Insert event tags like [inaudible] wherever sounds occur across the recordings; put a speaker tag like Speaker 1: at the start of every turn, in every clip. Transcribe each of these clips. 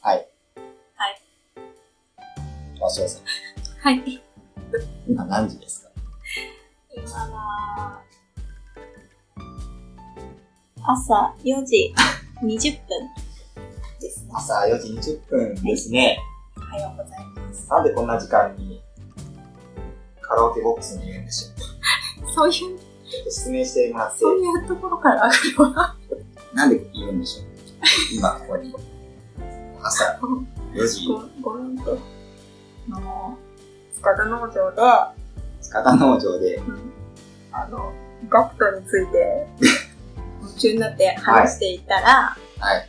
Speaker 1: はい。
Speaker 2: はい。
Speaker 1: 鷲尾さん、
Speaker 2: はい。
Speaker 1: 今何時ですか
Speaker 2: 今は、朝4時20分ですね。
Speaker 1: 朝4時20分ですね。
Speaker 2: おはようございます。
Speaker 1: なんでこんな時間にカラオケボックスにいるんでしょうか
Speaker 2: そういう、
Speaker 1: ちょっと失明してもらって、
Speaker 2: そういうところから上がるわ。
Speaker 1: なんでいるんでしょう今ここに。朝4時、
Speaker 2: ごごめんと。あの、塚田農場で、
Speaker 1: 塚田農場で、
Speaker 2: あの、ガクトについて夢中になって話していたら、
Speaker 1: はい。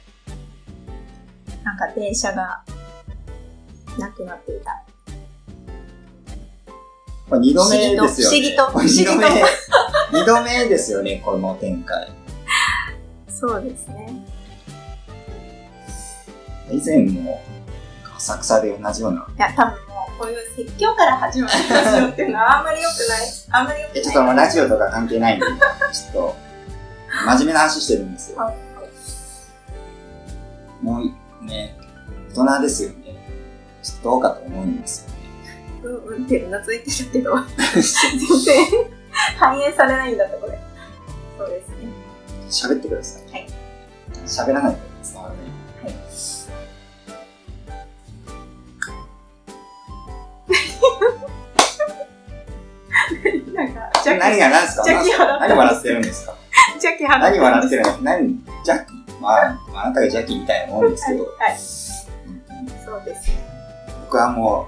Speaker 2: なんか電車がなくなっていた。
Speaker 1: これ2度目ですよね。
Speaker 2: 不思議と
Speaker 1: こ
Speaker 2: 不思議
Speaker 1: れ
Speaker 2: と
Speaker 1: 二度目。二度目ですよね、この展開。
Speaker 2: そうですね。
Speaker 1: 以前も浅草で同じような。
Speaker 2: いや、多分もう、こういう説教から始まるラジオっていうのはあんまり良くない。あんまり良く
Speaker 1: え
Speaker 2: ない。
Speaker 1: ちょっともうラジオとか関係
Speaker 2: [laughs]
Speaker 1: ないんで、ちょっと真面目な話してるんですよ。
Speaker 2: はい
Speaker 1: もうね、大人ですよね。ちょっとどうかと思うんですよね。
Speaker 2: うんうんってうなずいてた
Speaker 1: [laughs]
Speaker 2: けど、全然反映されないんだって、これ。そうですね。
Speaker 1: 喋ってください。
Speaker 2: はい。
Speaker 1: 喋らないと伝わらない。
Speaker 2: なんか、
Speaker 1: 何が何ですか
Speaker 2: 邪気払
Speaker 1: 何笑
Speaker 2: って
Speaker 1: ってるんですか
Speaker 2: 邪気払
Speaker 1: 何笑ってる
Speaker 2: る
Speaker 1: んですか何、ジャッキまあ、あなたがジャッキみたいなもんですけど、
Speaker 2: はいはい。そうですね。
Speaker 1: 僕はも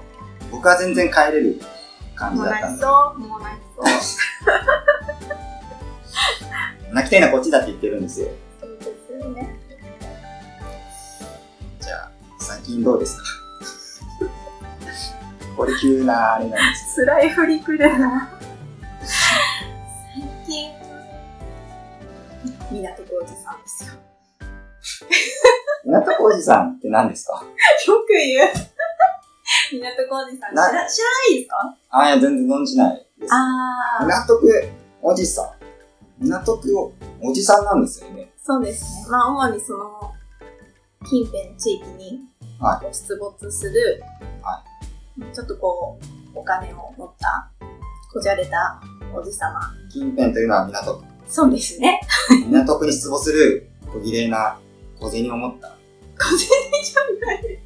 Speaker 1: う、僕は全然帰れる感
Speaker 2: も
Speaker 1: じ
Speaker 2: う
Speaker 1: だった
Speaker 2: 泣
Speaker 1: ん
Speaker 2: き
Speaker 1: で、
Speaker 2: そう、もう泣きそう。
Speaker 1: 泣きたいのはこっちだって言ってるんですよ。
Speaker 2: そうですよね。
Speaker 1: じゃあ、最近どうですかこれ急なあれなんです
Speaker 2: 辛い振りくれな。最近、港浩二さんです
Speaker 1: [laughs]
Speaker 2: よ。
Speaker 1: けど。港浩二さんって何ですか
Speaker 2: よく言う。港浩二さん知ら知らないですか
Speaker 1: ああ、いや、全然存じないです。
Speaker 2: あー、
Speaker 1: 港区おじさん。港区おおじさんなんですよね。
Speaker 2: そうですね。まあ、主にその、近辺地域に、
Speaker 1: は
Speaker 2: こう出没する、
Speaker 1: は
Speaker 2: ちょっとこう、お金を持った、こじゃれたおじさま。
Speaker 1: 近辺というのは港区。
Speaker 2: そうですね。
Speaker 1: 港区に出没する小綺麗な小銭を持った。
Speaker 2: 小銭じゃない。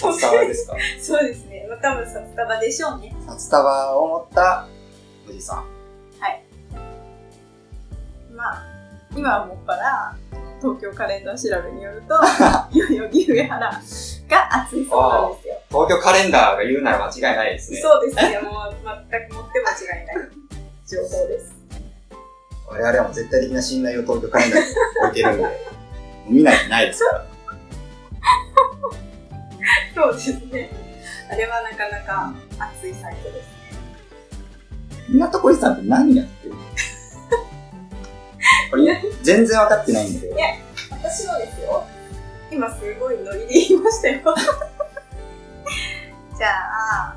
Speaker 1: 札束ですか
Speaker 2: そうですね。まあ、多分札束でしょうね。
Speaker 1: 札束を持ったおじさん。
Speaker 2: まあ、今はもっぱら、東京カレンダー調べによる
Speaker 1: [laughs]
Speaker 2: と、いよいよ岐上原が熱いそうなんですよ。
Speaker 1: 東京カレンダーが言うなら間違いないですね。
Speaker 2: そうですね。もう全くもって間違いない情報です。
Speaker 1: 我々はもう絶対的な信頼を東京カレンダーに置いてるんで、もう見ないとないですから。
Speaker 2: そうですね。あれはなかなか熱いサイトです。
Speaker 1: 港小路さんって何や
Speaker 2: [laughs]
Speaker 1: ってるのこれ全然分かってないんだけど
Speaker 2: いや。私もですよ。今すごいノリで言いましたよ。 [laughs] じゃあ、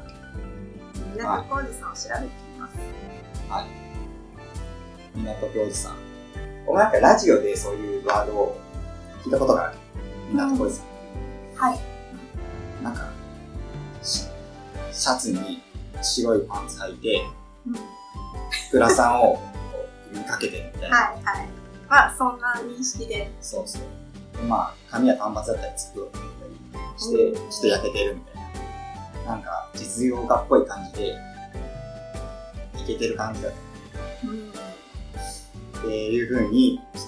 Speaker 2: 港浩二さんを調べてみます。
Speaker 1: 港区おじさん。僕なんかラジオでそういうワードを聞いたことがある。港区おじさん。
Speaker 2: はい。
Speaker 1: なんか、シシャツに白いパンツ履いて、
Speaker 2: うん
Speaker 1: ふくらさんをこう首にかけてるみたいな。
Speaker 2: はいはい。まあそんな認識で。
Speaker 1: そうそう。でまあ、髪は短髪だったり、つくをかけたりして、
Speaker 2: うん
Speaker 1: ちょっと焼けてるみたいな。なんか、実用家っぽい感じで、いけてる感じだっ
Speaker 2: うん。
Speaker 1: たっていうふうに、ち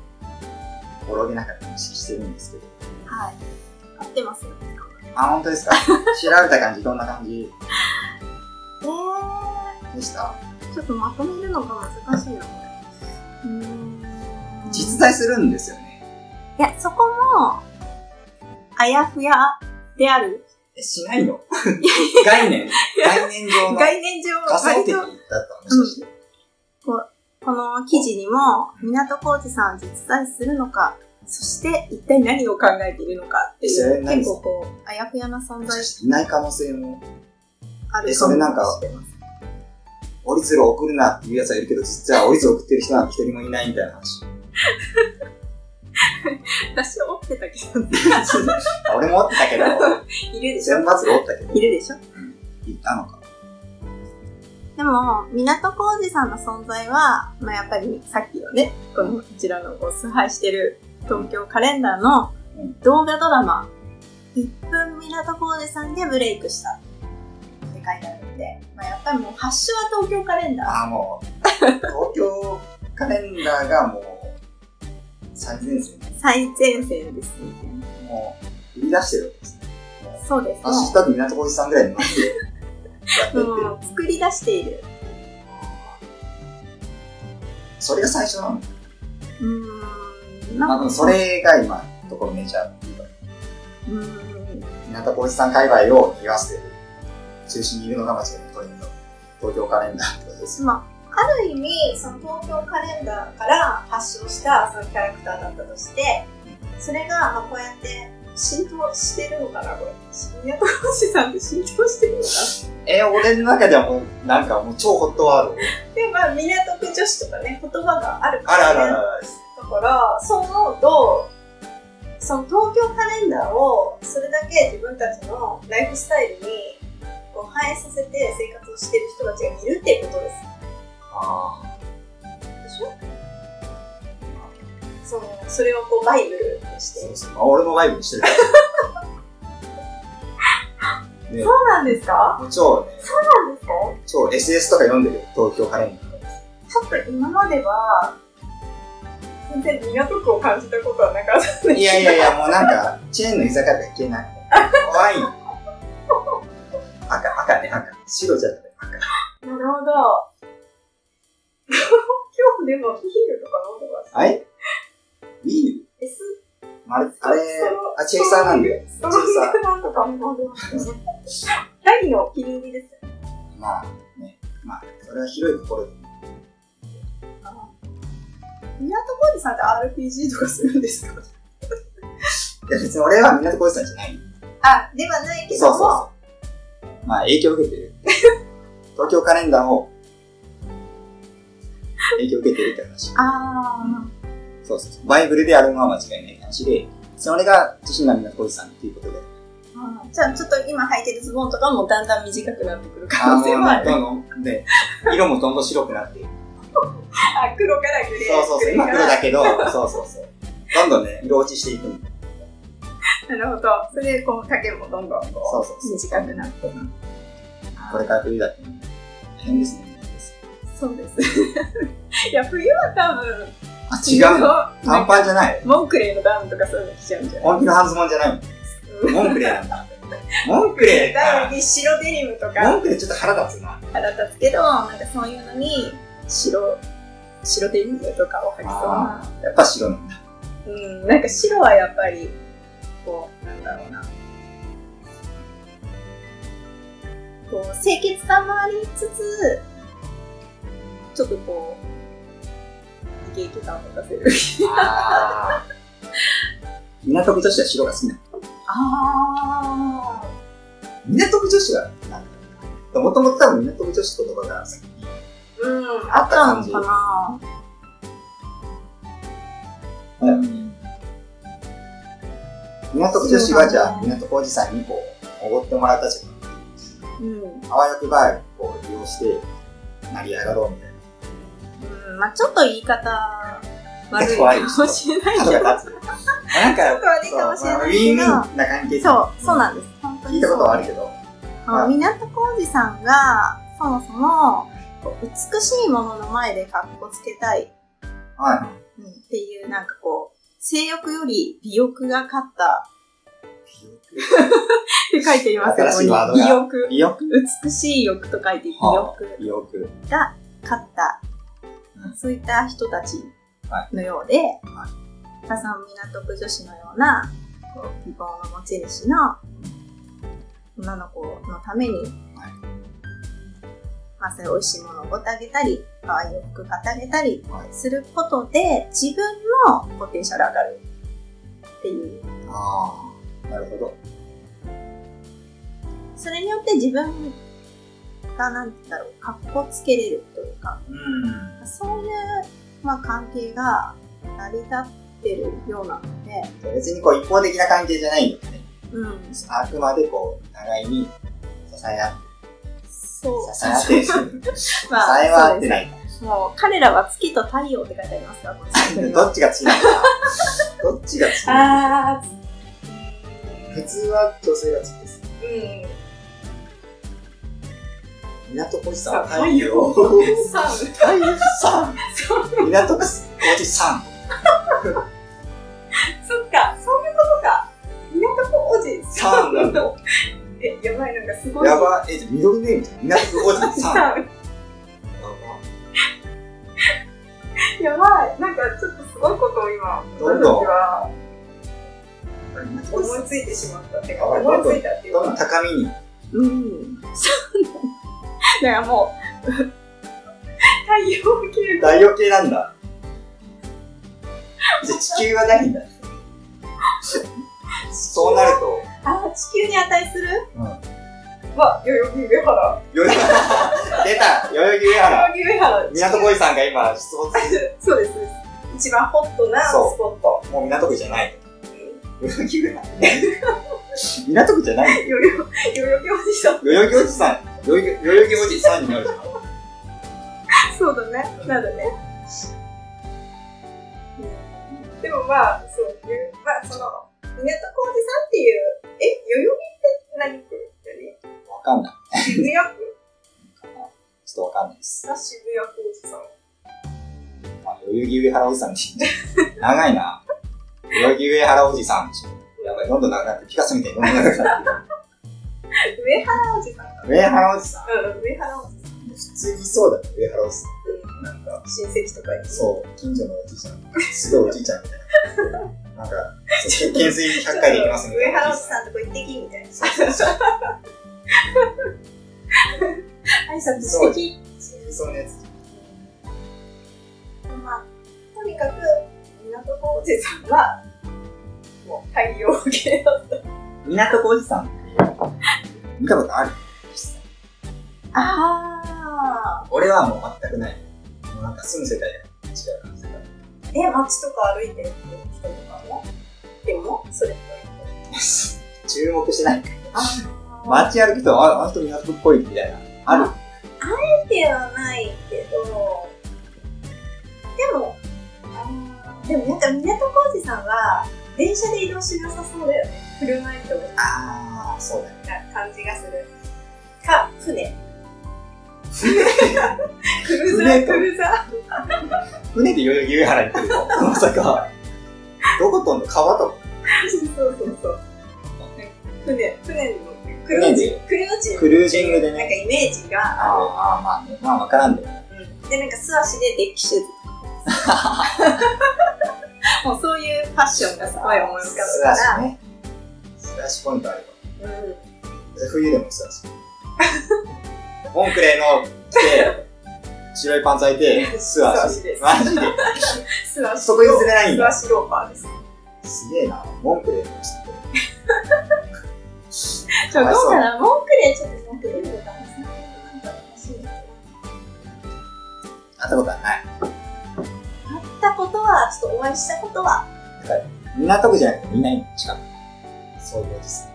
Speaker 1: ょっと、転げながら認識してるんですけど。
Speaker 2: はい。合ってますよ。
Speaker 1: あ、本当ですか [laughs] 調べた感じ、どんな感じ
Speaker 2: えー、
Speaker 1: でした
Speaker 2: ちょっとまとめるのが難しいな、これ。うーん。
Speaker 1: 実在するんですよね。
Speaker 2: いや、そこも、あやふやである。
Speaker 1: えしないの概念概念上の
Speaker 2: 概念上、
Speaker 1: 仮想
Speaker 2: 割
Speaker 1: 的だ
Speaker 2: と、
Speaker 1: ったもしかして。
Speaker 2: この記事にも、港浩二さんは実在するのか、そして一体何を考えているのかってい
Speaker 1: それ
Speaker 2: う、
Speaker 1: 何
Speaker 2: 結構こう、あやふやな存
Speaker 1: もし
Speaker 2: 在
Speaker 1: かしていない可能性も、
Speaker 2: ある
Speaker 1: えそれなんか
Speaker 2: もしれません
Speaker 1: 折り鶴を送るなっていうやつはいるけど、実は折り鶴を送ってる人なんて一人もいないみたいな話。
Speaker 2: 私は折ってたけどね。 [laughs]
Speaker 1: 俺もおったけど、
Speaker 2: いるでしょ
Speaker 1: 選抜でおったけど、
Speaker 2: いるでしょ
Speaker 1: 行ったのか。
Speaker 2: でも、港浩二さんの存在は、まあ、やっぱりさっきのね、このこちらのこう崇拝してる東京カレンダーの
Speaker 1: うん
Speaker 2: 動画ドラマ、1分港浩二さんでブレイクしたって書いてあるんで、まあ、やっぱりもう発祥は東京カレンダ
Speaker 1: ああ、もう、東京カレンダーがもう、最前線
Speaker 2: ー、最前線ですね。
Speaker 1: もう、売り出してるわけですね。
Speaker 2: そうです
Speaker 1: ハッシュタグ港小路さんぐらいのやって
Speaker 2: も
Speaker 1: っ
Speaker 2: う
Speaker 1: て
Speaker 2: も
Speaker 1: る。
Speaker 2: う作り出している。
Speaker 1: それが最初なの。
Speaker 2: うーん、
Speaker 1: まあでもそ。れが今、ところメジャーっていうか、
Speaker 2: うーん、
Speaker 1: 港小路さん界隈を逃がしてる。中心にいるのが間違いないトレンド。東京カレンダーってことですよ。
Speaker 2: まあ、ある意味その東京カレンダーから発祥したそのキャラクターだったとしてそれがまあこうやって浸透してるのかなこれ宮戸浩さんって浸透してるのか
Speaker 1: えー、俺の中ではもう、なんかもう超ホットワード。
Speaker 2: なでもまあ港区女子とかね言葉があるか
Speaker 1: あら
Speaker 2: ら,、
Speaker 1: あ
Speaker 2: ね、
Speaker 1: らあらあら。
Speaker 2: だからそう思うとその東京カレンダーをそれだけ自分たちのライフスタイルにこう反映させて生活をしてる人たちがいるっていうことです
Speaker 1: あ
Speaker 2: でしょそのそれをこうバイブルとして
Speaker 1: そうそう。あ俺もバイブにしてる。ね、
Speaker 2: そうなんですか
Speaker 1: もう超ね、
Speaker 2: そうなんですか
Speaker 1: 超 SS とか読んでるよ、東京カレンダー。
Speaker 2: ちょっと今までは全然港区を感じたことはなかったんです
Speaker 1: いやいやいや、もうなんか、チェーンの居酒屋がいけない。怖いよ。赤、赤ね、赤。白じゃなくて赤。
Speaker 2: なるほど今日でもヒールとか飲んでます
Speaker 1: あれビール
Speaker 2: S
Speaker 1: あれ、あれ
Speaker 2: その、
Speaker 1: あ、チェイサーなんだよ。
Speaker 2: ストロングなんとかも飲んでますね大のお気に入りですよ
Speaker 1: まあ、ね。まあ、それは広い心で。
Speaker 2: 港浩二さんって RPG とかするんですか
Speaker 1: いや、別に俺は港小路さんじゃない。
Speaker 2: あではないけど
Speaker 1: そう
Speaker 2: も
Speaker 1: そうそう。まあ、影響を受け
Speaker 2: [laughs]
Speaker 1: てる。東京カレンダーを、影響を受けてるって話。
Speaker 2: ああ
Speaker 1: そうそうそう。バイブルであるのは間違いない話で、それが自身が港小路さんっていうことで。
Speaker 2: あじゃあちょっと今履いてるズボンとかもだんだん短くなってくる
Speaker 1: あ
Speaker 2: 可
Speaker 1: の
Speaker 2: 能性もある。
Speaker 1: どんどん、で、色もどんどん白くなっていく。
Speaker 2: あ黒からグレー。
Speaker 1: そうそうそう。
Speaker 2: グレ
Speaker 1: 今
Speaker 2: ーか
Speaker 1: 黒
Speaker 2: ら
Speaker 1: だけど、そうそうそう。どんどんね、色落ちしていくんだ
Speaker 2: なるほど。それでこう丈もどんどんこう
Speaker 1: そうそうそう
Speaker 2: 短くなって。
Speaker 1: これから冬だって、大変ですね。
Speaker 2: そうです。 [laughs] いや冬は多分
Speaker 1: あ、違うの
Speaker 2: の
Speaker 1: 短パンじゃない。
Speaker 2: モンクレーのダウンとかそういうの着ちゃうんじゃない
Speaker 1: 本気の半ズボンじゃない
Speaker 2: うん
Speaker 1: モンクレー
Speaker 2: [laughs]
Speaker 1: なんだ。モンクレー
Speaker 2: ダウン
Speaker 1: か。
Speaker 2: に白デニムと
Speaker 1: モ
Speaker 2: か
Speaker 1: ンクレーちょっと腹立つな。
Speaker 2: 腹立つけどなんかそういうのに白白デニムとかを履きそうな。
Speaker 1: あーやっぱ白なんだ。
Speaker 2: うん、なんか白はやっぱり、こう、なんだろうな。こう、清潔感もありつつ、ちょっとこう、イケイケ感を持たせる。
Speaker 1: あー港区女子は白が好きなの。
Speaker 2: [laughs] ああ。
Speaker 1: 港区女子はなんだもともと多分港区女子って言葉が先に
Speaker 2: うん、
Speaker 1: あ
Speaker 2: あ
Speaker 1: っ
Speaker 2: ったた
Speaker 1: の
Speaker 2: の
Speaker 1: か
Speaker 2: かな。
Speaker 1: だよね港区女子はじゃあ、港区おじさんにこう、おごってもらったじゃん。
Speaker 2: うん。う
Speaker 1: あわよくば、こう、利用して、成り上がろうみたい
Speaker 2: ん、まあちょっと言い方、悪い
Speaker 1: 怖い
Speaker 2: か
Speaker 1: でしょ
Speaker 2: もしれないけど。
Speaker 1: な。が立つ。なん
Speaker 2: ちょっ
Speaker 1: か、
Speaker 2: と悪い
Speaker 1: そう
Speaker 2: か
Speaker 1: ま
Speaker 2: も
Speaker 1: あ
Speaker 2: しれな
Speaker 1: ウィ
Speaker 2: い
Speaker 1: ン
Speaker 2: け
Speaker 1: ウ
Speaker 2: ど。
Speaker 1: ィンな関係
Speaker 2: そう、そうなんです。本当にそう
Speaker 1: 聞いたことはあるけど、
Speaker 2: あの港浩二さんがそもそもこう美しいものの前でかっこつけたい、
Speaker 1: は
Speaker 2: うんっていうなんかこう性欲より美欲が勝った [laughs] って書いています
Speaker 1: 新しい
Speaker 2: ここに
Speaker 1: ワードが
Speaker 2: 美欲
Speaker 1: い。美欲
Speaker 2: 美しい欲と書いて美
Speaker 1: は
Speaker 2: 欲
Speaker 1: 美欲。
Speaker 2: が勝った、
Speaker 1: うん
Speaker 2: そういった人たちのようで、まあその港区女子のようなこう美貌の持ち主の女の子のために、まあ、そういう美味しいものをおごってあげたり、可愛い服買ってあげたり
Speaker 1: はい
Speaker 2: することで、自分のポテンシャル上がるっていう。
Speaker 1: ああ、なるほど。
Speaker 2: それによって自分が、なんて言うんだろう、格好つけれるというか、
Speaker 1: うん。
Speaker 2: そういう、まあ、関係が成り立ってるようなので、
Speaker 1: 別にこう一方的な関係じゃないよね。
Speaker 2: うん、
Speaker 1: あくまでこう、互いに支え合って、
Speaker 2: そう。
Speaker 1: 支え合ってるし、支え
Speaker 2: まあ
Speaker 1: は合って
Speaker 2: そう
Speaker 1: ない。
Speaker 2: ですもう彼らは月と太陽って書いてありますから、この作品
Speaker 1: ど
Speaker 2: は
Speaker 1: っちが好きなのか。どっちが好きなのか。
Speaker 2: あー
Speaker 1: 普通は女性が好きです。
Speaker 2: うん。
Speaker 1: 港こじさん。
Speaker 2: 太陽サウ
Speaker 1: 太陽さん。港こじさん。
Speaker 2: そっか、そういうことか。港区おじ
Speaker 1: さんなの。
Speaker 2: え、やばい、なんかすごい。
Speaker 1: やば、え、じゃあミドルネームじゃん。港こじさん。や
Speaker 2: さんやばい。なんかちょっとすごいことを今、
Speaker 1: どん
Speaker 2: 私たち
Speaker 1: どん
Speaker 2: は
Speaker 1: ば港こじ
Speaker 2: 思いついてしまったっていうか、
Speaker 1: やばい
Speaker 2: 思いついたっていう
Speaker 1: どんどん
Speaker 2: か。
Speaker 1: 高みに。
Speaker 2: うん。そう [laughs] なんだ。だからもう、太陽系が
Speaker 1: 太陽系なんだ。じゃあ地球はないんだ。そうなると、
Speaker 2: あ、地球に値する
Speaker 1: うん
Speaker 2: は、代々木上原。
Speaker 1: よ出た代々木上
Speaker 2: 代
Speaker 1: 原
Speaker 2: 々木上原。
Speaker 1: 港恋さんが今出没
Speaker 2: そうです。一番ホットなス
Speaker 1: そう
Speaker 2: ポット。
Speaker 1: もう港区じゃない代々木上 [laughs] 原港区じゃない
Speaker 2: 代々木代々木おじさん。
Speaker 1: 代々木おじさん代々木代々木おじさんになるじゃん
Speaker 2: そうだね。なるね。うんでもまあ、そういう、まあその、港浩二さんっていう、え、代々木って何区何
Speaker 1: わかんない
Speaker 2: 渋谷区
Speaker 1: ちょっとわかんないです、
Speaker 2: が渋谷浩二さん。
Speaker 1: まあ、代々木上原おじさんって言って長いな代々木上原おじさんでしょやばいどんどん長くなってピカソみたいにどんどん長くなって
Speaker 2: 上原おじさんか。
Speaker 1: る上原おじさん
Speaker 2: うん、上原おじさん。
Speaker 1: 普通にいそうだね上原おじさんなんか
Speaker 2: 親戚とかいる。
Speaker 1: そう、近所のおじいちゃん、すごいおじいちゃんみたいな。なんか、そう懸垂100回でいきますみた
Speaker 2: 上
Speaker 1: いな。
Speaker 2: 原おじさんとこ行ってきみたいな。
Speaker 1: そうそうそう。
Speaker 2: 挨拶してき。
Speaker 1: そういうやつ。
Speaker 2: まあ、とにかく、港浩二さんは、もう太陽系だった。
Speaker 1: 港区おじさんって、見たことある実際
Speaker 2: ああ。
Speaker 1: 俺はもう全くない。もうなんか住む世界が違う感じだから。
Speaker 2: え、街とか歩いてる人とかもでも、それも
Speaker 1: 注目してない。
Speaker 2: あー
Speaker 1: 街歩きと、あ、あの人港区っぽいみたいな。ある
Speaker 2: ではないけど、でも、あーでもなんか港浩二さんは、電車で移動しなさそうだよね。車移動な
Speaker 1: あー、そうだね。
Speaker 2: 感じがする。か、船。 [laughs] クルー
Speaker 1: 船
Speaker 2: ザー、
Speaker 1: か
Speaker 2: クルーザ
Speaker 1: 船で代々木上原に来るのまさか。どこ飛んの川とか。
Speaker 2: ー。そうそうそう。船、船の、クル
Speaker 1: 船
Speaker 2: ージン
Speaker 1: で、
Speaker 2: グ、クルージング
Speaker 1: クルージングで
Speaker 2: なん
Speaker 1: ね。
Speaker 2: かイメージがある。
Speaker 1: あー、まあね、まあわからんでもない。
Speaker 2: うんでなんか素足でデッキシ
Speaker 1: [laughs]
Speaker 2: ューズとかもうそういうファッションがすごい思い浮かぶから、
Speaker 1: ね。スラッシュポイントあるよ。
Speaker 2: うん、
Speaker 1: 冬でもスラッシュ。モンクレーの着て、白いパンツ履いて、素足。
Speaker 2: 素足です
Speaker 1: マジで。
Speaker 2: 素足
Speaker 1: そこ譲れないん
Speaker 2: 素
Speaker 1: だ。
Speaker 2: 足ローパーです
Speaker 1: すげえな。モンクレーの着て。
Speaker 2: ちょどうかな文句でちょっとなんか出るのかななんか欲しいな
Speaker 1: 会ったことはない。
Speaker 2: 会ったことはちょっとお会いしたことは
Speaker 1: 港区じゃなくてみんなに近く。そういうことです。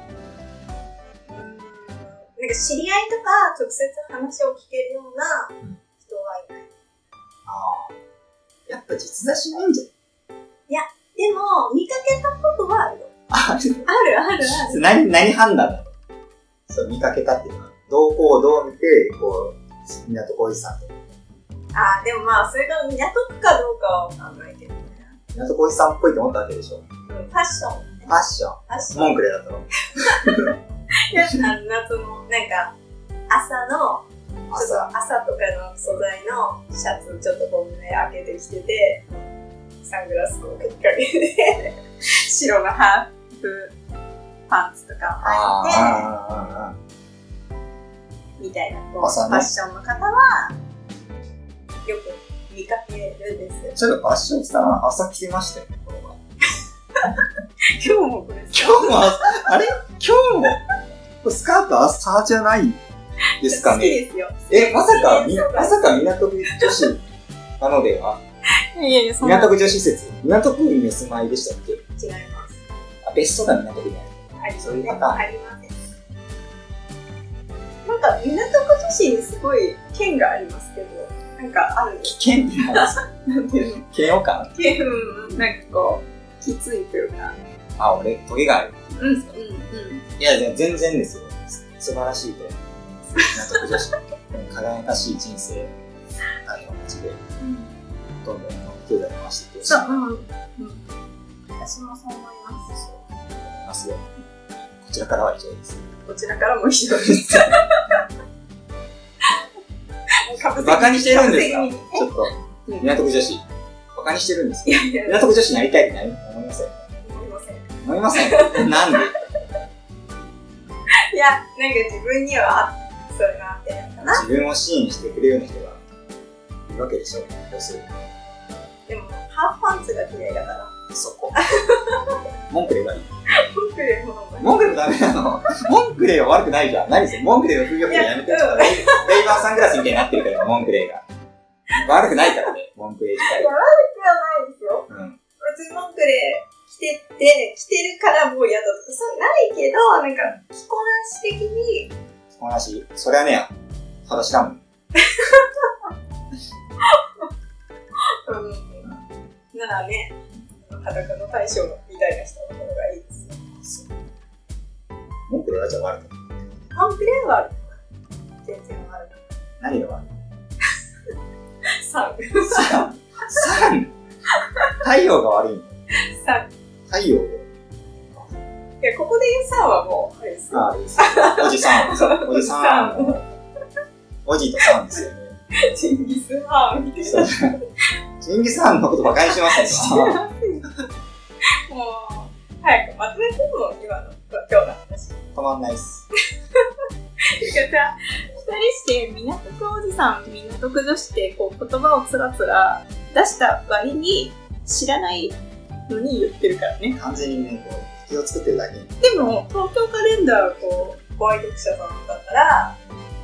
Speaker 2: うんなんか知り合いとか直接話を聞けるような人はいない
Speaker 1: ああ。やっぱ実在しないんじゃない
Speaker 2: でも見かけたことはあるよ
Speaker 1: あ
Speaker 2: あるあるある
Speaker 1: 何、何判断だそう、見かけたっていうのは。どうこうどう見て、こう、港小路さんと。
Speaker 2: あーでもまあそれが港区かどうかは分かんないけどね
Speaker 1: 港小路さんっぽいと思ったわけでしょ。
Speaker 2: うんファッショ
Speaker 1: フ
Speaker 2: ン
Speaker 1: ァッション。
Speaker 2: ファッション
Speaker 1: モンクレーだと。
Speaker 2: やあの夏のなんか朝のちょ
Speaker 1: 朝
Speaker 2: っと朝とかの素材のシャツちょっとこう胸開けてきててサングラスこうかけて白のハーフパンツとか
Speaker 1: あ
Speaker 2: 履
Speaker 1: あ
Speaker 2: いてみたいなこう、
Speaker 1: 朝ね
Speaker 2: ファッションの方はよく見かけるんですよ
Speaker 1: ちょっとファッションさん朝着てましたよねこれは
Speaker 2: 今日もこれ
Speaker 1: [laughs] 今日も朝あれ今日もこれスカート朝じゃないですか
Speaker 2: 好き
Speaker 1: ね
Speaker 2: ですよ
Speaker 1: えまさかみ
Speaker 2: そうだ
Speaker 1: まさか港区女子なのでは
Speaker 3: いやいや、そんな。
Speaker 1: 港区女子施設。港区にお住まいでしたっけ
Speaker 2: 違います。
Speaker 1: あ、別荘が港区にある。
Speaker 2: ありま
Speaker 1: そ
Speaker 2: せ。
Speaker 1: ういうんパターン
Speaker 2: ありません。なんか、港区女子にすごい県がありますけど、なんかあるんです。
Speaker 1: 県ってなんですか
Speaker 2: なんていうの
Speaker 1: 嫌悪感
Speaker 2: 県、うんなんかこう、きついというか。
Speaker 1: あ、俺、トゲがある。
Speaker 2: うん、うん、うん。
Speaker 1: いや、いや全然ですよ。素晴らしいと思います。港区女子。うん輝かしい人生、あの、街で、どんどん経済回していってほしい
Speaker 2: そ
Speaker 1: と
Speaker 2: う、うん。うん私もそう思います。
Speaker 1: 思いますよ。こちらからは以上です。
Speaker 2: こちらからも以上です。
Speaker 1: バカにしてるんですか
Speaker 2: か
Speaker 1: ちょっと、
Speaker 2: ぶせ気味にね
Speaker 1: 港区女子。バカにしてるんです
Speaker 2: い
Speaker 1: か
Speaker 2: やいや、
Speaker 1: 港区女子になりたいってなり思いません
Speaker 2: 思いません。
Speaker 1: 思いませんなんで
Speaker 2: いや、なんか自分には、それがあってないかな。
Speaker 1: 自分を支援してくれるような人がいるわけでしょ要するに
Speaker 2: でも、ハーフパンツが嫌いだから。
Speaker 1: そこモンクレがいい
Speaker 2: 僕でも、
Speaker 1: モンクレもダメなの [laughs] モンクレは悪くないじゃん何ですよモンクレの風力でやめて
Speaker 2: い
Speaker 1: ち
Speaker 2: や
Speaker 1: ょっとレイレイバーサングラスみたいになってるからモンクレが悪くないからねモンクレ自体
Speaker 2: いや僕はないですよ。
Speaker 1: うん
Speaker 2: 別に文句で着てって、着てるからもう嫌だとか、そうないけど、なんか、着こなし的に、
Speaker 1: お話それはね裸足だもん
Speaker 2: うん、ならね、裸の大将みたいな人の方がいいですよ。
Speaker 1: モンクレはじゃあ悪くない
Speaker 2: ワンプレイはある。全然ある。
Speaker 1: 何が悪い
Speaker 2: サン、
Speaker 1: サンサン太陽が悪いの
Speaker 2: サン。
Speaker 1: 太陽が
Speaker 2: いや、ここで言うサンはもう、あれですよ。
Speaker 1: ああ、いいですね。おじさん。おじさん。おじとさんですよね。
Speaker 2: チンギスハンみたい
Speaker 1: そう
Speaker 2: な。
Speaker 1: ジンギスハンのこと馬鹿にしましたね。
Speaker 2: [laughs] もう、早くまとめても、今の、今日の話。
Speaker 1: たまんないっす。
Speaker 3: てかさ、二人して港区おじさん、港区女子ってこう言葉をつらつら出した割に知らないのに言ってるからね。
Speaker 1: 完全にね、こう、敵を作ってるだけ
Speaker 3: でも、
Speaker 2: 東京カレンダーこう、ご愛読者さんだったら、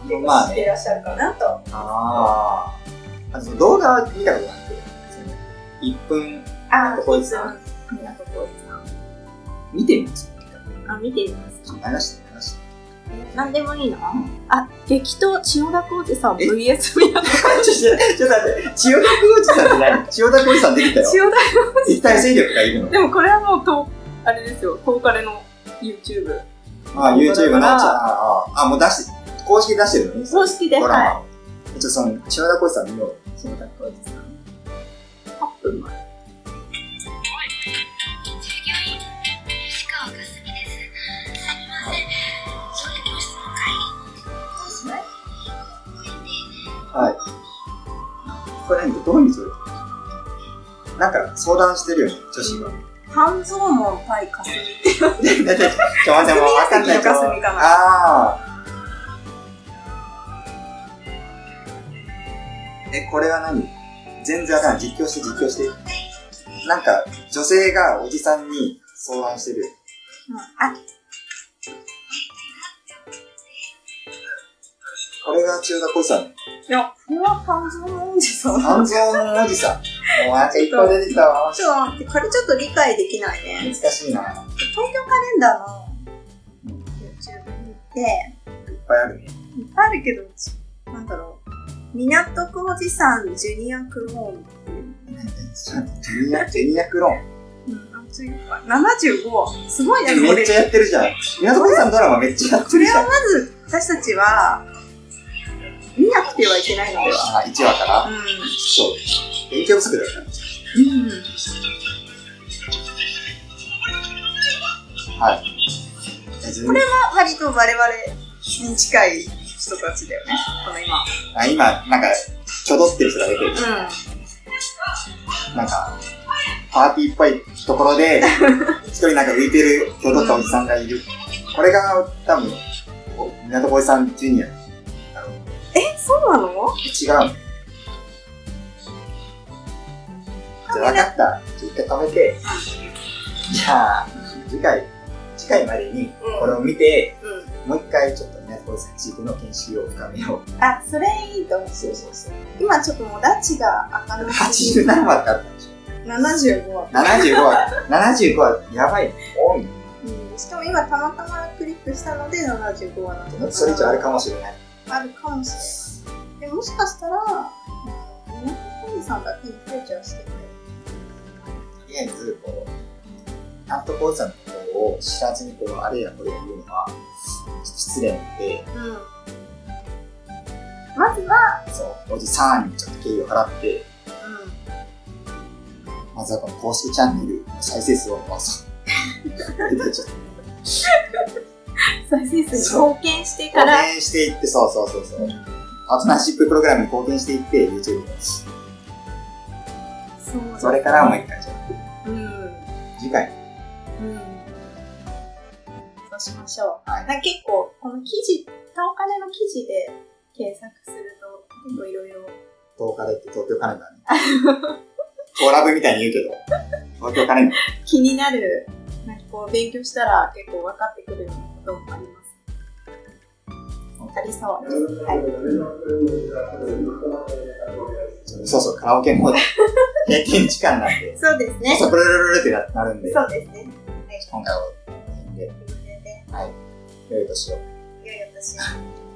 Speaker 2: 結
Speaker 1: まあ
Speaker 2: 構知
Speaker 1: ね
Speaker 2: ってらっしゃるかなと。
Speaker 1: ああ。あと、動画は見たことなくて、その、1分、
Speaker 2: あ
Speaker 1: ここいつさん。
Speaker 3: 港区おじさん。
Speaker 1: 見てみます
Speaker 3: あ、見てみます。
Speaker 1: ちょっと流して、流して。 [laughs]
Speaker 3: なんでもいいのあ、激闘千代田おじさん VS 港区。
Speaker 1: ちょっと、ちょっと待って、千代田区おじさんって何千代田区おじさん出てきたよ。
Speaker 3: 千代
Speaker 1: 一体勢力がいるの
Speaker 3: 田。。でもこれはもうと、あれですよ、東カレの YouTube。
Speaker 1: ああ、YouTube なっちゃ
Speaker 3: だ
Speaker 1: う。
Speaker 3: から
Speaker 1: ああ、あもう出して、公式で出してるのね。
Speaker 3: 公式で、
Speaker 1: ド
Speaker 3: はい。
Speaker 1: ラマを。ちょっとその、千代田浩二さん見よう。
Speaker 3: 千代田おじさん。8分前。
Speaker 4: 従業員吉川かすみですすみませんそれ教室の会議公園で
Speaker 1: これ何どういうそれなんか相談してるよね、女子が。
Speaker 3: 半蔵門対霞
Speaker 1: ちょ、待って、ちょ待って、もうわかんない
Speaker 3: 霞が関の霞かな
Speaker 1: ああー。え、これは何全然わかんない。実況して、実況して。なんか、女性がおじさんに相談してる。これが千代田浩二さん。
Speaker 3: いや、これは半蔵門おじさん。
Speaker 1: 半蔵門おじさん。もうなんかいっぱい出てきたわ。
Speaker 2: ちょっと待って、これちょっと理解できないね。
Speaker 1: 難しいな。
Speaker 2: 東京カレンダーの YouTube に行って、
Speaker 1: いっぱいあるね。
Speaker 2: いっぱいあるけど、ちなんだろう。港区おじさん、ジュニアクローンっていう。
Speaker 1: ジュニア、ジュニアクローン。
Speaker 2: うん、あ、ちょいか。75。すごいね、こ
Speaker 1: め
Speaker 2: れ
Speaker 1: っち。ゃやってるじゃん。港区さんドラマめっちゃやって
Speaker 2: そ
Speaker 1: る
Speaker 2: れ
Speaker 1: じゃ
Speaker 2: は
Speaker 1: ん。
Speaker 2: まず、私たちは、見なくてはいけないのでは。
Speaker 1: あ、1話から
Speaker 2: う
Speaker 1: そう。勉強不足だよね。
Speaker 2: ん。うん。
Speaker 1: これ
Speaker 2: まあ割と我々に近い人たちだよね。この今。
Speaker 1: あ、今、なんか、ちょどってる人が出てる。
Speaker 2: うん。
Speaker 1: なんか、パーティーっぽいところ [laughs] で、一人なんか浮いてる、ちょどったおじさんがいる。これが、多分、こう港区さんジュニア。違
Speaker 2: え、そうなの
Speaker 1: う。じゃあ、分かった。じゃあ一回止めて。じゃあ、次回、次回までに、これを見て、
Speaker 2: うん。
Speaker 1: もう一回ちょっと港保育についての研修を深めよう。
Speaker 2: あ、それいいと思う。
Speaker 1: そうそうそう。
Speaker 2: 今ちょっともうダチが明るす
Speaker 1: 87話
Speaker 2: ぎる。
Speaker 1: ってあったんでしょ。
Speaker 2: 75話。
Speaker 1: 75話、75話、やばい。おい
Speaker 2: うん、しかも今たまたまクリックしたので75話なん
Speaker 1: それ以上ある
Speaker 2: も
Speaker 1: かもしれない。
Speaker 2: あるかもしれないでもしかしたらうん宮本浩次さんだけにフューチャーしてくれる
Speaker 1: とりあえず、こう、担当講座のことを知らずに、こう、あれやこれや言うのは、ちょっと失礼なんで、
Speaker 2: うんまずは、
Speaker 1: そう、おじさんにちょっと敬意を払って、まずはこの公式チャンネルの再生数を伸ばそう。ちょっ
Speaker 2: 再生数に貢献してか
Speaker 1: と
Speaker 2: ら
Speaker 1: 応援していって、そうそうそうそうう。
Speaker 2: ん
Speaker 1: パートナーシッププログラムに貢献していって、YouTube に。
Speaker 2: そうだ
Speaker 1: それからもう一回、じゃあ
Speaker 2: うん
Speaker 1: 次回。
Speaker 2: うんそうしましょう。
Speaker 1: はい
Speaker 2: なんか結構、この記事、たお金の記事で検索すると、結構いろいろ。
Speaker 1: 10日でって東京カレンダーね。
Speaker 2: [laughs]
Speaker 1: コラブみたいに言うけど、東京カレンダー。
Speaker 2: 気になる、なんかこう、勉強したら結構分かってくるようなこともあります。ありそうです。はい。
Speaker 1: そうそう、カラオケ
Speaker 2: [laughs]
Speaker 1: も閉店時間なんで、
Speaker 2: そうですね。
Speaker 1: そう、ブルルルルってなるんで、
Speaker 2: そうですね。
Speaker 1: 今回はこの辺で、
Speaker 2: ということで、
Speaker 1: 良い年を。
Speaker 2: 良いお年を。